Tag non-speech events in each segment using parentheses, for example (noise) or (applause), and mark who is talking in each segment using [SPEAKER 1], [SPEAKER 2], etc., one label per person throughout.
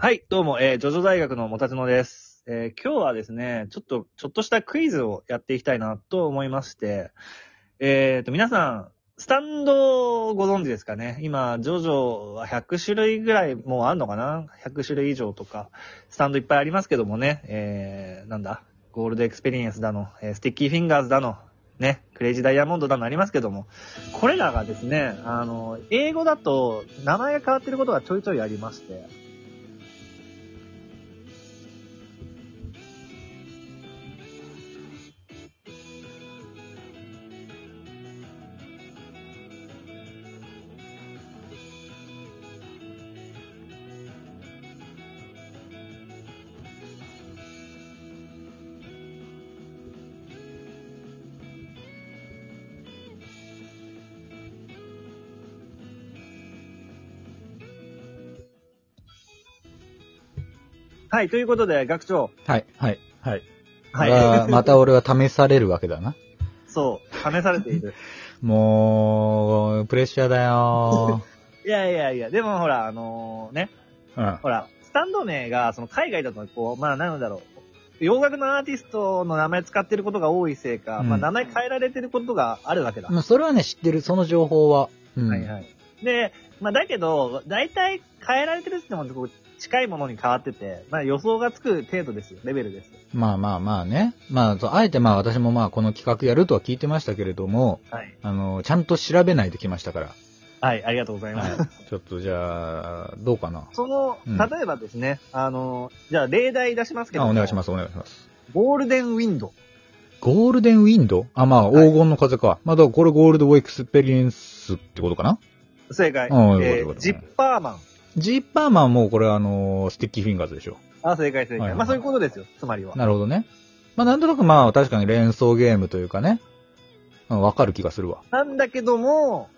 [SPEAKER 1] はい、どうも、えー、ジョジョ大学のもたちのです。えー、今日はですね、ちょっと、ちょっとしたクイズをやっていきたいなと思いまして、えーと、皆さん、スタンドをご存知ですかね今、ジョジョは100種類ぐらいもうあるのかな ?100 種類以上とか、スタンドいっぱいありますけどもね、えー、なんだ、ゴールドエクスペリエンスだの、えースティッキーフィンガーズだの、ね、クレイジーダイヤモンドだのありますけども、これらがですね、あの、英語だと名前が変わってることがちょいちょいありまして、はい、ということで、学長。
[SPEAKER 2] はい、はい、はい。あ
[SPEAKER 1] は
[SPEAKER 2] ー
[SPEAKER 1] い。
[SPEAKER 2] また俺は試されるわけだな。
[SPEAKER 1] (laughs) そう、試されてい
[SPEAKER 2] (laughs)
[SPEAKER 1] る。
[SPEAKER 2] もう、プレッシャーだ
[SPEAKER 1] (laughs)
[SPEAKER 2] よ
[SPEAKER 1] いやいやいや、でもほら、あのね、
[SPEAKER 2] ー。うん。
[SPEAKER 1] ほら、スタンド名が、その海外だと、こう、まあ、なんだろう。洋楽のアーティストの名前使ってることが多いせいか、
[SPEAKER 2] うん
[SPEAKER 1] まあ、名前変えられてることがあるわけだ。
[SPEAKER 2] まあ、それはね、知ってる、その情報は。うん。
[SPEAKER 1] はいはい。で、まあ、だけど、大体変えられてるって言っても、こう近いものに変わってて、まあ、予想がつく程度ですよ、レベルです。
[SPEAKER 2] まあまあまあね。まあそう、あえてまあ私もまあこの企画やるとは聞いてましたけれども、
[SPEAKER 1] はい。
[SPEAKER 2] あの、ちゃんと調べないときましたから。
[SPEAKER 1] はい、ありがとうございます。 (laughs)
[SPEAKER 2] はい。ちょっとじゃあ、どうかな。
[SPEAKER 1] その、
[SPEAKER 2] うん
[SPEAKER 1] 例えばですね、あのじゃあ例題出しますけど
[SPEAKER 2] あ、
[SPEAKER 1] も
[SPEAKER 2] お願いします、お願いします。
[SPEAKER 1] ゴールデンウィンド。
[SPEAKER 2] ゴールデンウィンドあ、まあ、
[SPEAKER 1] はい
[SPEAKER 2] 黄金の風か。まあ、だからこれゴールドエクスペリエンスってことかな
[SPEAKER 1] 正解。
[SPEAKER 2] ああ
[SPEAKER 1] え
[SPEAKER 2] よかったよか
[SPEAKER 1] ー、
[SPEAKER 2] った
[SPEAKER 1] ジッパーマン。
[SPEAKER 2] ジッパーマンもこれあの、スティッキーフィンガーズでしょ。
[SPEAKER 1] あ、正解、正
[SPEAKER 2] はい
[SPEAKER 1] 解。
[SPEAKER 2] はい
[SPEAKER 1] まあ、そういうことですよ、つまりは。
[SPEAKER 2] なるほどね。まあなんとなくまあ確かに連想ゲームというかね、うんわかる気が
[SPEAKER 1] (laughs)
[SPEAKER 2] するわ。
[SPEAKER 1] なんだけども、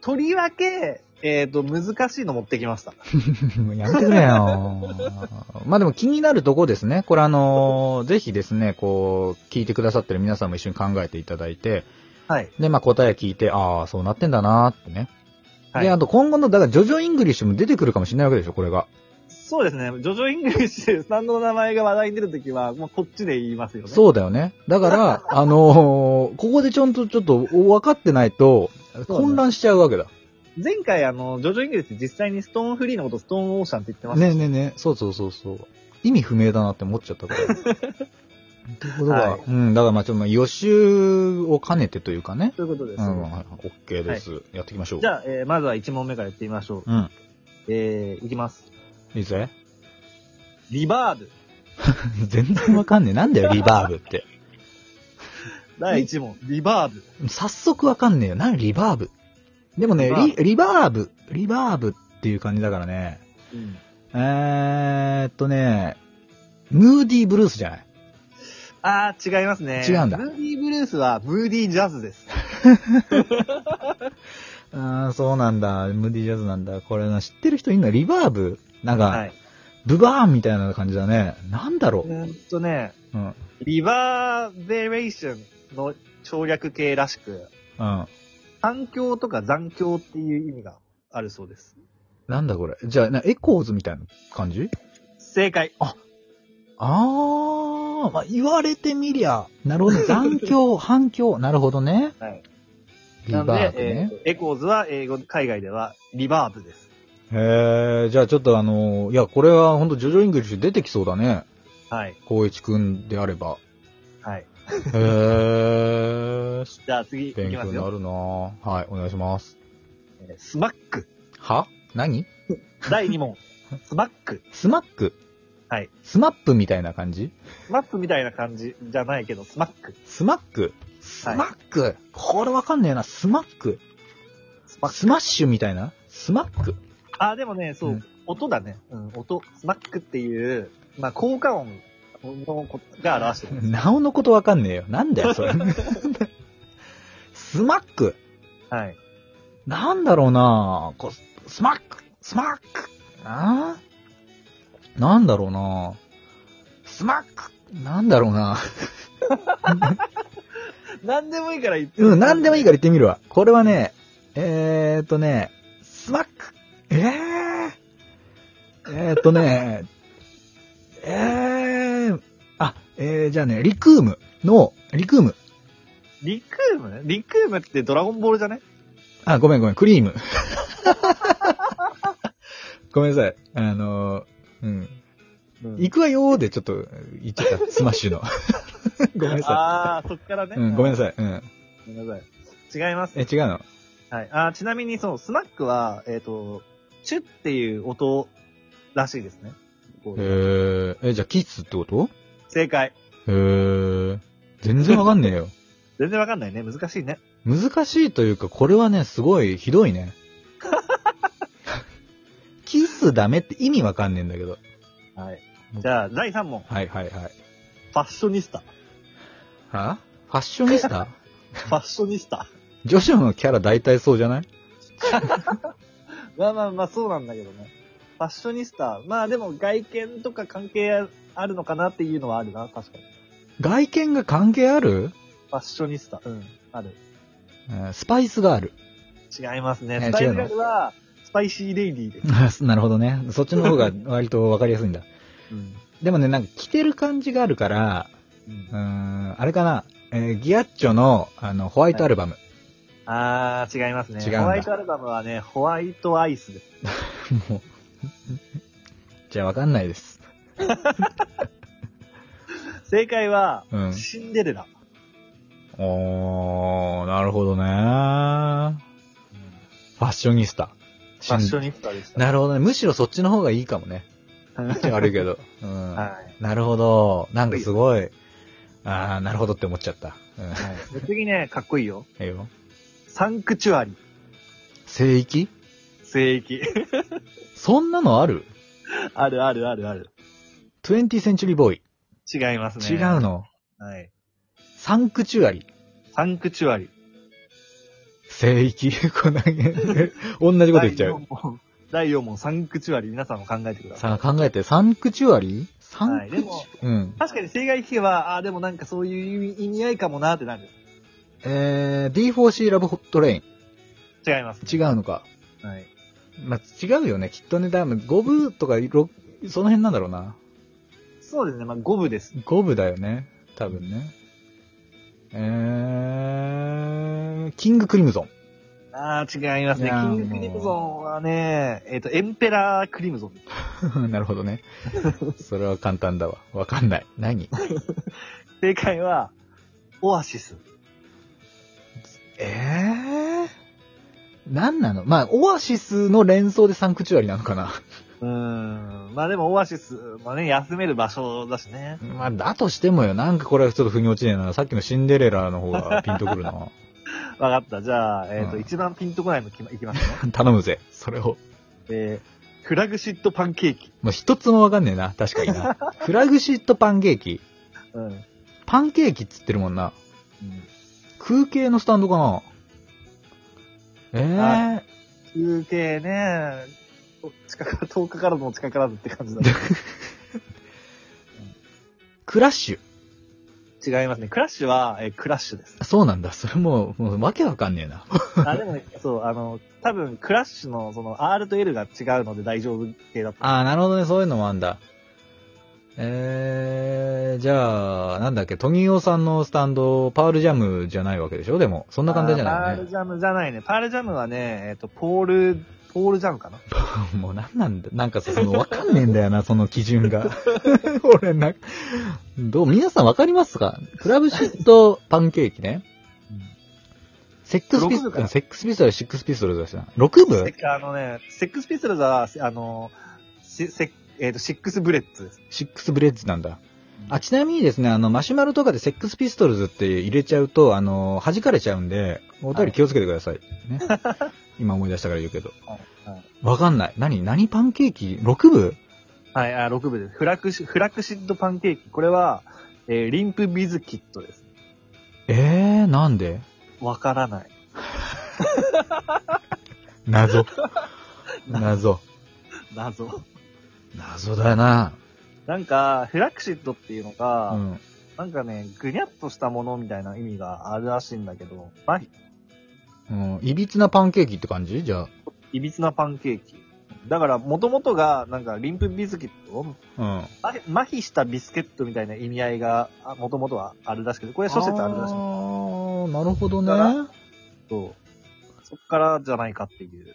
[SPEAKER 1] とりわけ、えっ、と、難しいの持ってきました。
[SPEAKER 2] やめてくれよ。まあでも気になるとこですね。これあのーぜひですね、こう、聞いてくださってる皆さんも一緒に考えていただいて、
[SPEAKER 1] はい。
[SPEAKER 2] でまあ答え聞いて、ああ、そうなってんだなーってね。
[SPEAKER 1] はい
[SPEAKER 2] で、あと今後の、だからジョジョイングリッシュも出てくるかもしれないわけでしょ、これが。
[SPEAKER 1] そうですね。ジョジョイングリッシュ、スタンドの名前が話題に出るときは、もうこっちで言いますよね。う。
[SPEAKER 2] そうだよね。だから、あのーここでちょっと、ちょっと分かってないと、
[SPEAKER 1] そうね
[SPEAKER 2] 混乱しちゃうわけだ。
[SPEAKER 1] 前回、あの、ジョジョイングリッシュ実際にストーンフリーのことストーンオーシャンって言ってます。
[SPEAKER 2] ねえねえねえ、そうそうそうそう。意味不明だなって思っちゃったから。
[SPEAKER 1] (laughs)
[SPEAKER 2] ってことは、
[SPEAKER 1] はい
[SPEAKER 2] うん、だからまあちょっとまあ予習を兼ねてというかね。
[SPEAKER 1] ということです。
[SPEAKER 2] うん、はい、OK です、やっていきましょう。
[SPEAKER 1] じゃあ、えーまずは1問目からやってみましょう。
[SPEAKER 2] うん、
[SPEAKER 1] えー、いきます。
[SPEAKER 2] いいぜ。 (laughs)
[SPEAKER 1] リバーブ。
[SPEAKER 2] 全然わかんねえ。なんだよ、リバーブって。
[SPEAKER 1] 第1問。リバーブ。
[SPEAKER 2] 早速わかんねえよ。何、リバーブ。でもね、リリバーブ、リバーブっていう感じだからね。
[SPEAKER 1] うん。
[SPEAKER 2] えーっとね、ムーディーブルースじゃない
[SPEAKER 1] あー、違いますね。
[SPEAKER 2] 違うんだ
[SPEAKER 1] ムーディーブルースは、ムーディージャズです。
[SPEAKER 2] あーそうなんだ。ムーディージャズなんだ。これな、知ってる人いんのリバーブなんか、
[SPEAKER 1] はい。
[SPEAKER 2] ブバーンみたいな感じだね。なんだろ
[SPEAKER 1] う
[SPEAKER 2] う。
[SPEAKER 1] ーんとね、
[SPEAKER 2] うん。うん。
[SPEAKER 1] リバーベレーションの省略形らしく、環境とか残響っていう意味があるそうです。
[SPEAKER 2] なんだこれ。じゃあ、なエコーズみたいな感じ
[SPEAKER 1] 正解。
[SPEAKER 2] あー、まあ、言われてみりゃ。なるほど。
[SPEAKER 1] (laughs)
[SPEAKER 2] 残響、反響。なるほどね。
[SPEAKER 1] はい。
[SPEAKER 2] リ
[SPEAKER 1] な
[SPEAKER 2] バ
[SPEAKER 1] の
[SPEAKER 2] ー
[SPEAKER 1] で、
[SPEAKER 2] ブ
[SPEAKER 1] え
[SPEAKER 2] ね。
[SPEAKER 1] ーエコーズは英語、海外ではリバーブです。
[SPEAKER 2] へー、じゃあちょっとあのーいや、これはほんとジョジョイングリッシュ出てきそうだね。
[SPEAKER 1] はい。
[SPEAKER 2] 光一くんであれば。
[SPEAKER 1] はい。
[SPEAKER 2] へ
[SPEAKER 1] (laughs)
[SPEAKER 2] ー、
[SPEAKER 1] じゃあ次い
[SPEAKER 2] 勉
[SPEAKER 1] き
[SPEAKER 2] 強
[SPEAKER 1] ま
[SPEAKER 2] に
[SPEAKER 1] す
[SPEAKER 2] な
[SPEAKER 1] よ。
[SPEAKER 2] るなぁはい、お願いします。
[SPEAKER 1] えースマック。
[SPEAKER 2] は何
[SPEAKER 1] 第2問。
[SPEAKER 2] (laughs)
[SPEAKER 1] スマック。
[SPEAKER 2] スマック
[SPEAKER 1] はい。
[SPEAKER 2] スマップみたいな感じ
[SPEAKER 1] スマップみたいな感じじゃないけど、スマック。
[SPEAKER 2] スマックスマック、これわかんねえな。スマック
[SPEAKER 1] スマック。
[SPEAKER 2] スマッシュみたいなスマック
[SPEAKER 1] あ、でもね、そう、
[SPEAKER 2] うん
[SPEAKER 1] 音だね。うん、音。スマックっていう、まあ、効果音のことが表してる。
[SPEAKER 2] なおのことわかんねえよ。なんだよ、そ
[SPEAKER 1] (laughs)
[SPEAKER 2] れ。スマック
[SPEAKER 1] はい。
[SPEAKER 2] なんだろうなこうスマックスマックあーなんだろうなスマックなんだろ
[SPEAKER 1] (laughs)
[SPEAKER 2] うな
[SPEAKER 1] 何でもいいから言って。
[SPEAKER 2] うん、なんでもいいから言ってみるわ。これはね、えーっとね、スマックえー、ええーっとね、 (laughs) えー、あ、えー、じゃあね、リクームの、リクーム。
[SPEAKER 1] リクームねリクームってドラゴンボールじゃね
[SPEAKER 2] あ、ごめんごめん、クリーム。 (laughs) ごめんなさい。あの、うん。行くわよーでちょっと言っちゃった。スマッシュ (laughs) の。ごめんなさ
[SPEAKER 1] ああ、そっからね。
[SPEAKER 2] い。うん、ごめん
[SPEAKER 1] な
[SPEAKER 2] なさい。うん。
[SPEAKER 1] さい。ごめんなさい。違います。
[SPEAKER 2] え、違うの
[SPEAKER 1] はい。あーちなみに、そう、スナックは、えっ、と、チュっていう音らしいですね。こ
[SPEAKER 2] え
[SPEAKER 1] う
[SPEAKER 2] ー、え、じゃあキッズってこと
[SPEAKER 1] 正解。
[SPEAKER 2] えー、全然わかんねえよ。
[SPEAKER 1] 全然わかんないね。難しいね。
[SPEAKER 2] 難しいというか、これはね、すごいひどいね。 (laughs) キスダメって意味わかんねえんだけど。
[SPEAKER 1] はい。じゃあ、第3問。
[SPEAKER 2] はいはいはい。
[SPEAKER 1] ファッショニスタ。
[SPEAKER 2] はファッショニスタ
[SPEAKER 1] ファッショニスタ。
[SPEAKER 2] ジョジョのキャラ大体そうじゃない
[SPEAKER 1] まあまあまあ、そうなんだけどね。ファッショニスタ。まあでも、外見とか関係あるのかなっていうのはあるな。確かに。
[SPEAKER 2] 外見が関係ある、
[SPEAKER 1] ファッショニスタ。うん。ある。
[SPEAKER 2] えースパイスがある。 (laughs)
[SPEAKER 1] 違いますね。ス
[SPEAKER 2] え
[SPEAKER 1] パイ
[SPEAKER 2] 違
[SPEAKER 1] ス
[SPEAKER 2] うの
[SPEAKER 1] ガルは、スパイシーレイディーです。
[SPEAKER 2] なるほどね。そっちの方が割とわかりやすいんだ。
[SPEAKER 1] うん。
[SPEAKER 2] でもね、なんか着てる感じがあるから、
[SPEAKER 1] うん
[SPEAKER 2] うーん、あれかな。えーギアッチョの、あの、ホワイトアルバム。 (laughs)
[SPEAKER 1] あー、違いますね。
[SPEAKER 2] 違うんだ
[SPEAKER 1] ホワイトアルバムはね、ホワイトアイスです。
[SPEAKER 2] もう。 (laughs) じゃあわかんないです。
[SPEAKER 1] 正解は、
[SPEAKER 2] うん。
[SPEAKER 1] シンデレラ。
[SPEAKER 2] おー、なるほどね。ファッショニスタ。
[SPEAKER 1] ファッショニスタでした。
[SPEAKER 2] なるほどね。むしろそっちの方がいいかもね。悪いけど。 (laughs) うん。
[SPEAKER 1] はい。
[SPEAKER 2] なるほど。なんかすごい。あー、なるほどって思っちゃった。うん。
[SPEAKER 1] で次ね、かっこいいよ。
[SPEAKER 2] ええよ。
[SPEAKER 1] サンクチュアリ。
[SPEAKER 2] 聖域
[SPEAKER 1] 聖域。 (laughs)
[SPEAKER 2] そんなのある
[SPEAKER 1] あるあるあるある。
[SPEAKER 2] ?20 センチュリーボーイ。
[SPEAKER 1] 違いますね。
[SPEAKER 2] 違う。の。
[SPEAKER 1] はい。
[SPEAKER 2] サンクチュアリ。
[SPEAKER 1] サンクチュアリ。
[SPEAKER 2] 聖域。こんな (laughs) 同じこと言っちゃう。
[SPEAKER 1] 第四問。第4問、サンクチュアリ。皆さんも考えてください。
[SPEAKER 2] さあ考えて、サンクチュアリサ
[SPEAKER 1] は
[SPEAKER 2] ン
[SPEAKER 1] い。
[SPEAKER 2] ク
[SPEAKER 1] で
[SPEAKER 2] チュ、
[SPEAKER 1] も、
[SPEAKER 2] うん。
[SPEAKER 1] 確かに正解聞けば、あーでもなんかそういう意味意味合いかもなーってなる。
[SPEAKER 2] えー、D4C ラブホットレイン。
[SPEAKER 1] 違います。
[SPEAKER 2] 違うのか。
[SPEAKER 1] はい。
[SPEAKER 2] まあ、違うよね。きっとね、多分5部とか6、その辺なんだろうな。
[SPEAKER 1] そうですね。まあ、五部です。
[SPEAKER 2] 5部だよね。多分ね。えー、キングクリムゾン。
[SPEAKER 1] ああ、違いますね。
[SPEAKER 2] い
[SPEAKER 1] キ
[SPEAKER 2] やー
[SPEAKER 1] ングクリムゾンはね、えっ、と、エンペラークリムゾンです。
[SPEAKER 2] (laughs) なるほどね。それは簡単だわ。わかんない。何
[SPEAKER 1] 正解は、オアシス。
[SPEAKER 2] えー、何なのまあ、オアシスの連想でサンクチュアリなのかな。 (laughs)
[SPEAKER 1] うーん。まあでも、オアシスはね、休める場所だしね。
[SPEAKER 2] まあ、だとしてもよ。なんかこれはちょっと腑に落ちねえな。さっきのシンデレラの方がピンとくるな。
[SPEAKER 1] わかった。じゃあ、えっ、と、
[SPEAKER 2] うん
[SPEAKER 1] 一番ピンとこないのきまいきますね。
[SPEAKER 2] (laughs) 頼むぜ。それを。
[SPEAKER 1] えー、フラグシットパンケーキ。
[SPEAKER 2] もう一つもわかんねえな。確かにな。フラグシットパンケーキ。
[SPEAKER 1] うん。うん
[SPEAKER 2] パンケーキっつってるもんな。空系のスタンドかなえ
[SPEAKER 1] は休憩ね、お近く、遠くからずも近からずって感じだね。
[SPEAKER 2] (laughs) ー、クラッシ
[SPEAKER 1] 違いますね。クラッシュは、えークラッシュ
[SPEAKER 2] (laughs)
[SPEAKER 1] です。
[SPEAKER 2] ュ。そうなんだ。それもう、もうわけわかんねえな。
[SPEAKER 1] あ、でもね、そう、あの、多分、クラッシュの、その、R と L が違うので大丈夫系だった。
[SPEAKER 2] ああ、なるほどね。そういうのもあんだ。えー、じゃあ、なんだっけ、トニオさんのスタンド、パールジャムじゃないわけでしょでも、そ
[SPEAKER 1] そ
[SPEAKER 2] んな感じじゃない
[SPEAKER 1] パー
[SPEAKER 2] よ
[SPEAKER 1] ルジャムじゃないね。パールジャムはね、えっ、と、ポール、ポールジャムかな。
[SPEAKER 2] ね。 (laughs) もうなんなんだ。なんかさ、その、わかんねえんだよな、 (laughs) その基準が。俺な、どう、皆さんわかりますかクラブシットパンケーキね。セックスピス
[SPEAKER 1] 六部
[SPEAKER 2] ト
[SPEAKER 1] か
[SPEAKER 2] ル、
[SPEAKER 1] ら
[SPEAKER 2] セックスピストル、シックスピストルズだしな。6
[SPEAKER 1] セ
[SPEAKER 2] 部
[SPEAKER 1] ッあのね、セックスピストルズは、あの、シセえっ、と、シックスブレッツです。
[SPEAKER 2] シックスブレッジなんだ。あ、ちなみにですね、あの、マシュマロとかでセックスピストルズって入れちゃうと、あの、弾かれちゃうんで、お便り気をつけてください。
[SPEAKER 1] (laughs)
[SPEAKER 2] ね。今思い出したから言うけど。
[SPEAKER 1] はい。はい
[SPEAKER 2] わかんない。何何パンケーキ ?6 部
[SPEAKER 1] はい、あ、6部です。フラクシ、フラクシッドパンケーキ。これは、えーリンプビズキットです。
[SPEAKER 2] えー、なんで
[SPEAKER 1] わからない。 (laughs)
[SPEAKER 2] 謎。謎。
[SPEAKER 1] 謎。
[SPEAKER 2] 謎だな。
[SPEAKER 1] なんか、フラクシッドっていうのが、
[SPEAKER 2] うん。
[SPEAKER 1] なんかね、ぐにゃっとしたものみたいな意味があるらしいんだけど、まあ、
[SPEAKER 2] うん。いびつなパンケーキって感じじゃあ。
[SPEAKER 1] いびつなパンケーキ。だから、もともとが、なんか、リンプビスケット
[SPEAKER 2] うん。
[SPEAKER 1] あれ麻痺したビスケットみたいな意味合いが、もともとはあるらしくて、これ諸説あるらしいんで
[SPEAKER 2] あーなるほどね
[SPEAKER 1] だ。からすけど、そっからじゃないかっていう。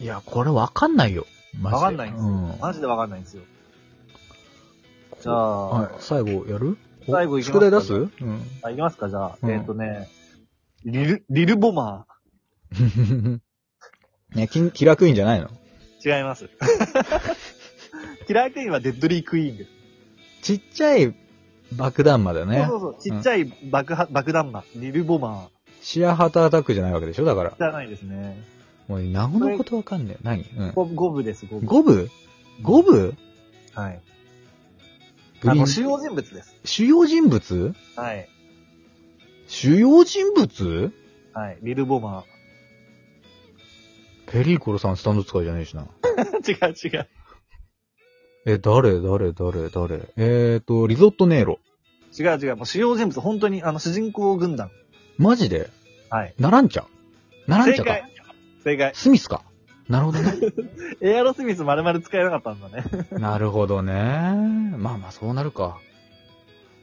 [SPEAKER 2] いや、これわかんないよ。マジで
[SPEAKER 1] わかんないんですよ。
[SPEAKER 2] うん
[SPEAKER 1] マジでわかんないんですよ。じゃあ、
[SPEAKER 2] はい、最後やる
[SPEAKER 1] 最後いきますか
[SPEAKER 2] 宿題出すう
[SPEAKER 1] あいきますか、じゃあ。
[SPEAKER 2] うん
[SPEAKER 1] えっ、とね、リル、リルボマ
[SPEAKER 2] ん。 (laughs) ね、き気楽いいんじゃないの
[SPEAKER 1] ー。違い
[SPEAKER 2] (laughs)
[SPEAKER 1] ます。 (laughs) キラークイーンはデッドリークイーンです。
[SPEAKER 2] ちっちゃい爆弾魔だよね
[SPEAKER 1] そ。うそうそう。ちっちゃい爆破、爆弾魔。リルボマー。
[SPEAKER 2] シアハタアタックじゃないわけでしょだから。
[SPEAKER 1] じゃないですね。
[SPEAKER 2] もう、なおのことわかんねえ。何うん。
[SPEAKER 1] ゴゴブです、ゴブ。
[SPEAKER 2] 五部五部
[SPEAKER 1] はい。
[SPEAKER 2] グ
[SPEAKER 1] あ
[SPEAKER 2] リー
[SPEAKER 1] の、
[SPEAKER 2] ン
[SPEAKER 1] 主要人物です。
[SPEAKER 2] 主要人物
[SPEAKER 1] はい。
[SPEAKER 2] 主要人物
[SPEAKER 1] はい。リルボ
[SPEAKER 2] (laughs)
[SPEAKER 1] マ
[SPEAKER 2] ペリーコロさんスタンド使いじゃねえしな。
[SPEAKER 1] ー。違う違う。
[SPEAKER 2] え、誰誰誰誰えーと、リゾットネーロ。
[SPEAKER 1] 違う違う。もう主要人物、本当に、あの、主人公軍団。
[SPEAKER 2] マジで
[SPEAKER 1] はい。
[SPEAKER 2] ナランチャナランチ
[SPEAKER 1] 正
[SPEAKER 2] ャか
[SPEAKER 1] 解。正解。
[SPEAKER 2] スミスか。なるほどね。
[SPEAKER 1] エアロスミス丸々使えなかったんだね。
[SPEAKER 2] (laughs) なるほどね。まあまあ、そうなるか。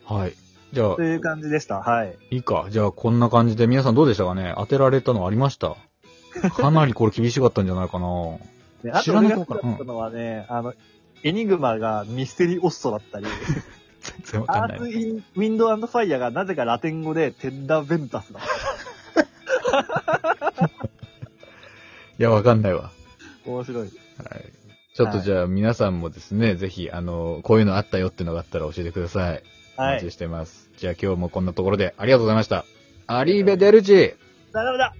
[SPEAKER 2] はい。じゃあ
[SPEAKER 1] と、いう感じでした。はい。
[SPEAKER 2] いいか。じゃあ、こんな感じで、皆さんどうでしたかね当てられたのありましたかなりこれ厳しかったんじゃないかな。
[SPEAKER 1] ね、あ
[SPEAKER 2] 知
[SPEAKER 1] と
[SPEAKER 2] ら
[SPEAKER 1] 俺
[SPEAKER 2] な
[SPEAKER 1] が
[SPEAKER 2] かっ
[SPEAKER 1] 好
[SPEAKER 2] た
[SPEAKER 1] きだったのはね、あの、エニグマがミステリオッソだったり、
[SPEAKER 2] 全 (laughs) 然わ
[SPEAKER 1] ア
[SPEAKER 2] かんな
[SPEAKER 1] ーツ・
[SPEAKER 2] い。
[SPEAKER 1] イン・ウィンド・アンド・ファイヤーがなぜかラテン語でテッダ・ベンタスだった。
[SPEAKER 2] いや、わかんないわ。
[SPEAKER 1] 面白い。
[SPEAKER 2] はい。ちょっとじゃあ、皆さんもですね、ぜひ、あの、こういうのあったよっていうのがあったら教えてください。
[SPEAKER 1] は
[SPEAKER 2] お待
[SPEAKER 1] い
[SPEAKER 2] ち。してます。じゃあ、今日もこんなところで、ありがとうございました。アリーベデルチ
[SPEAKER 1] だからだ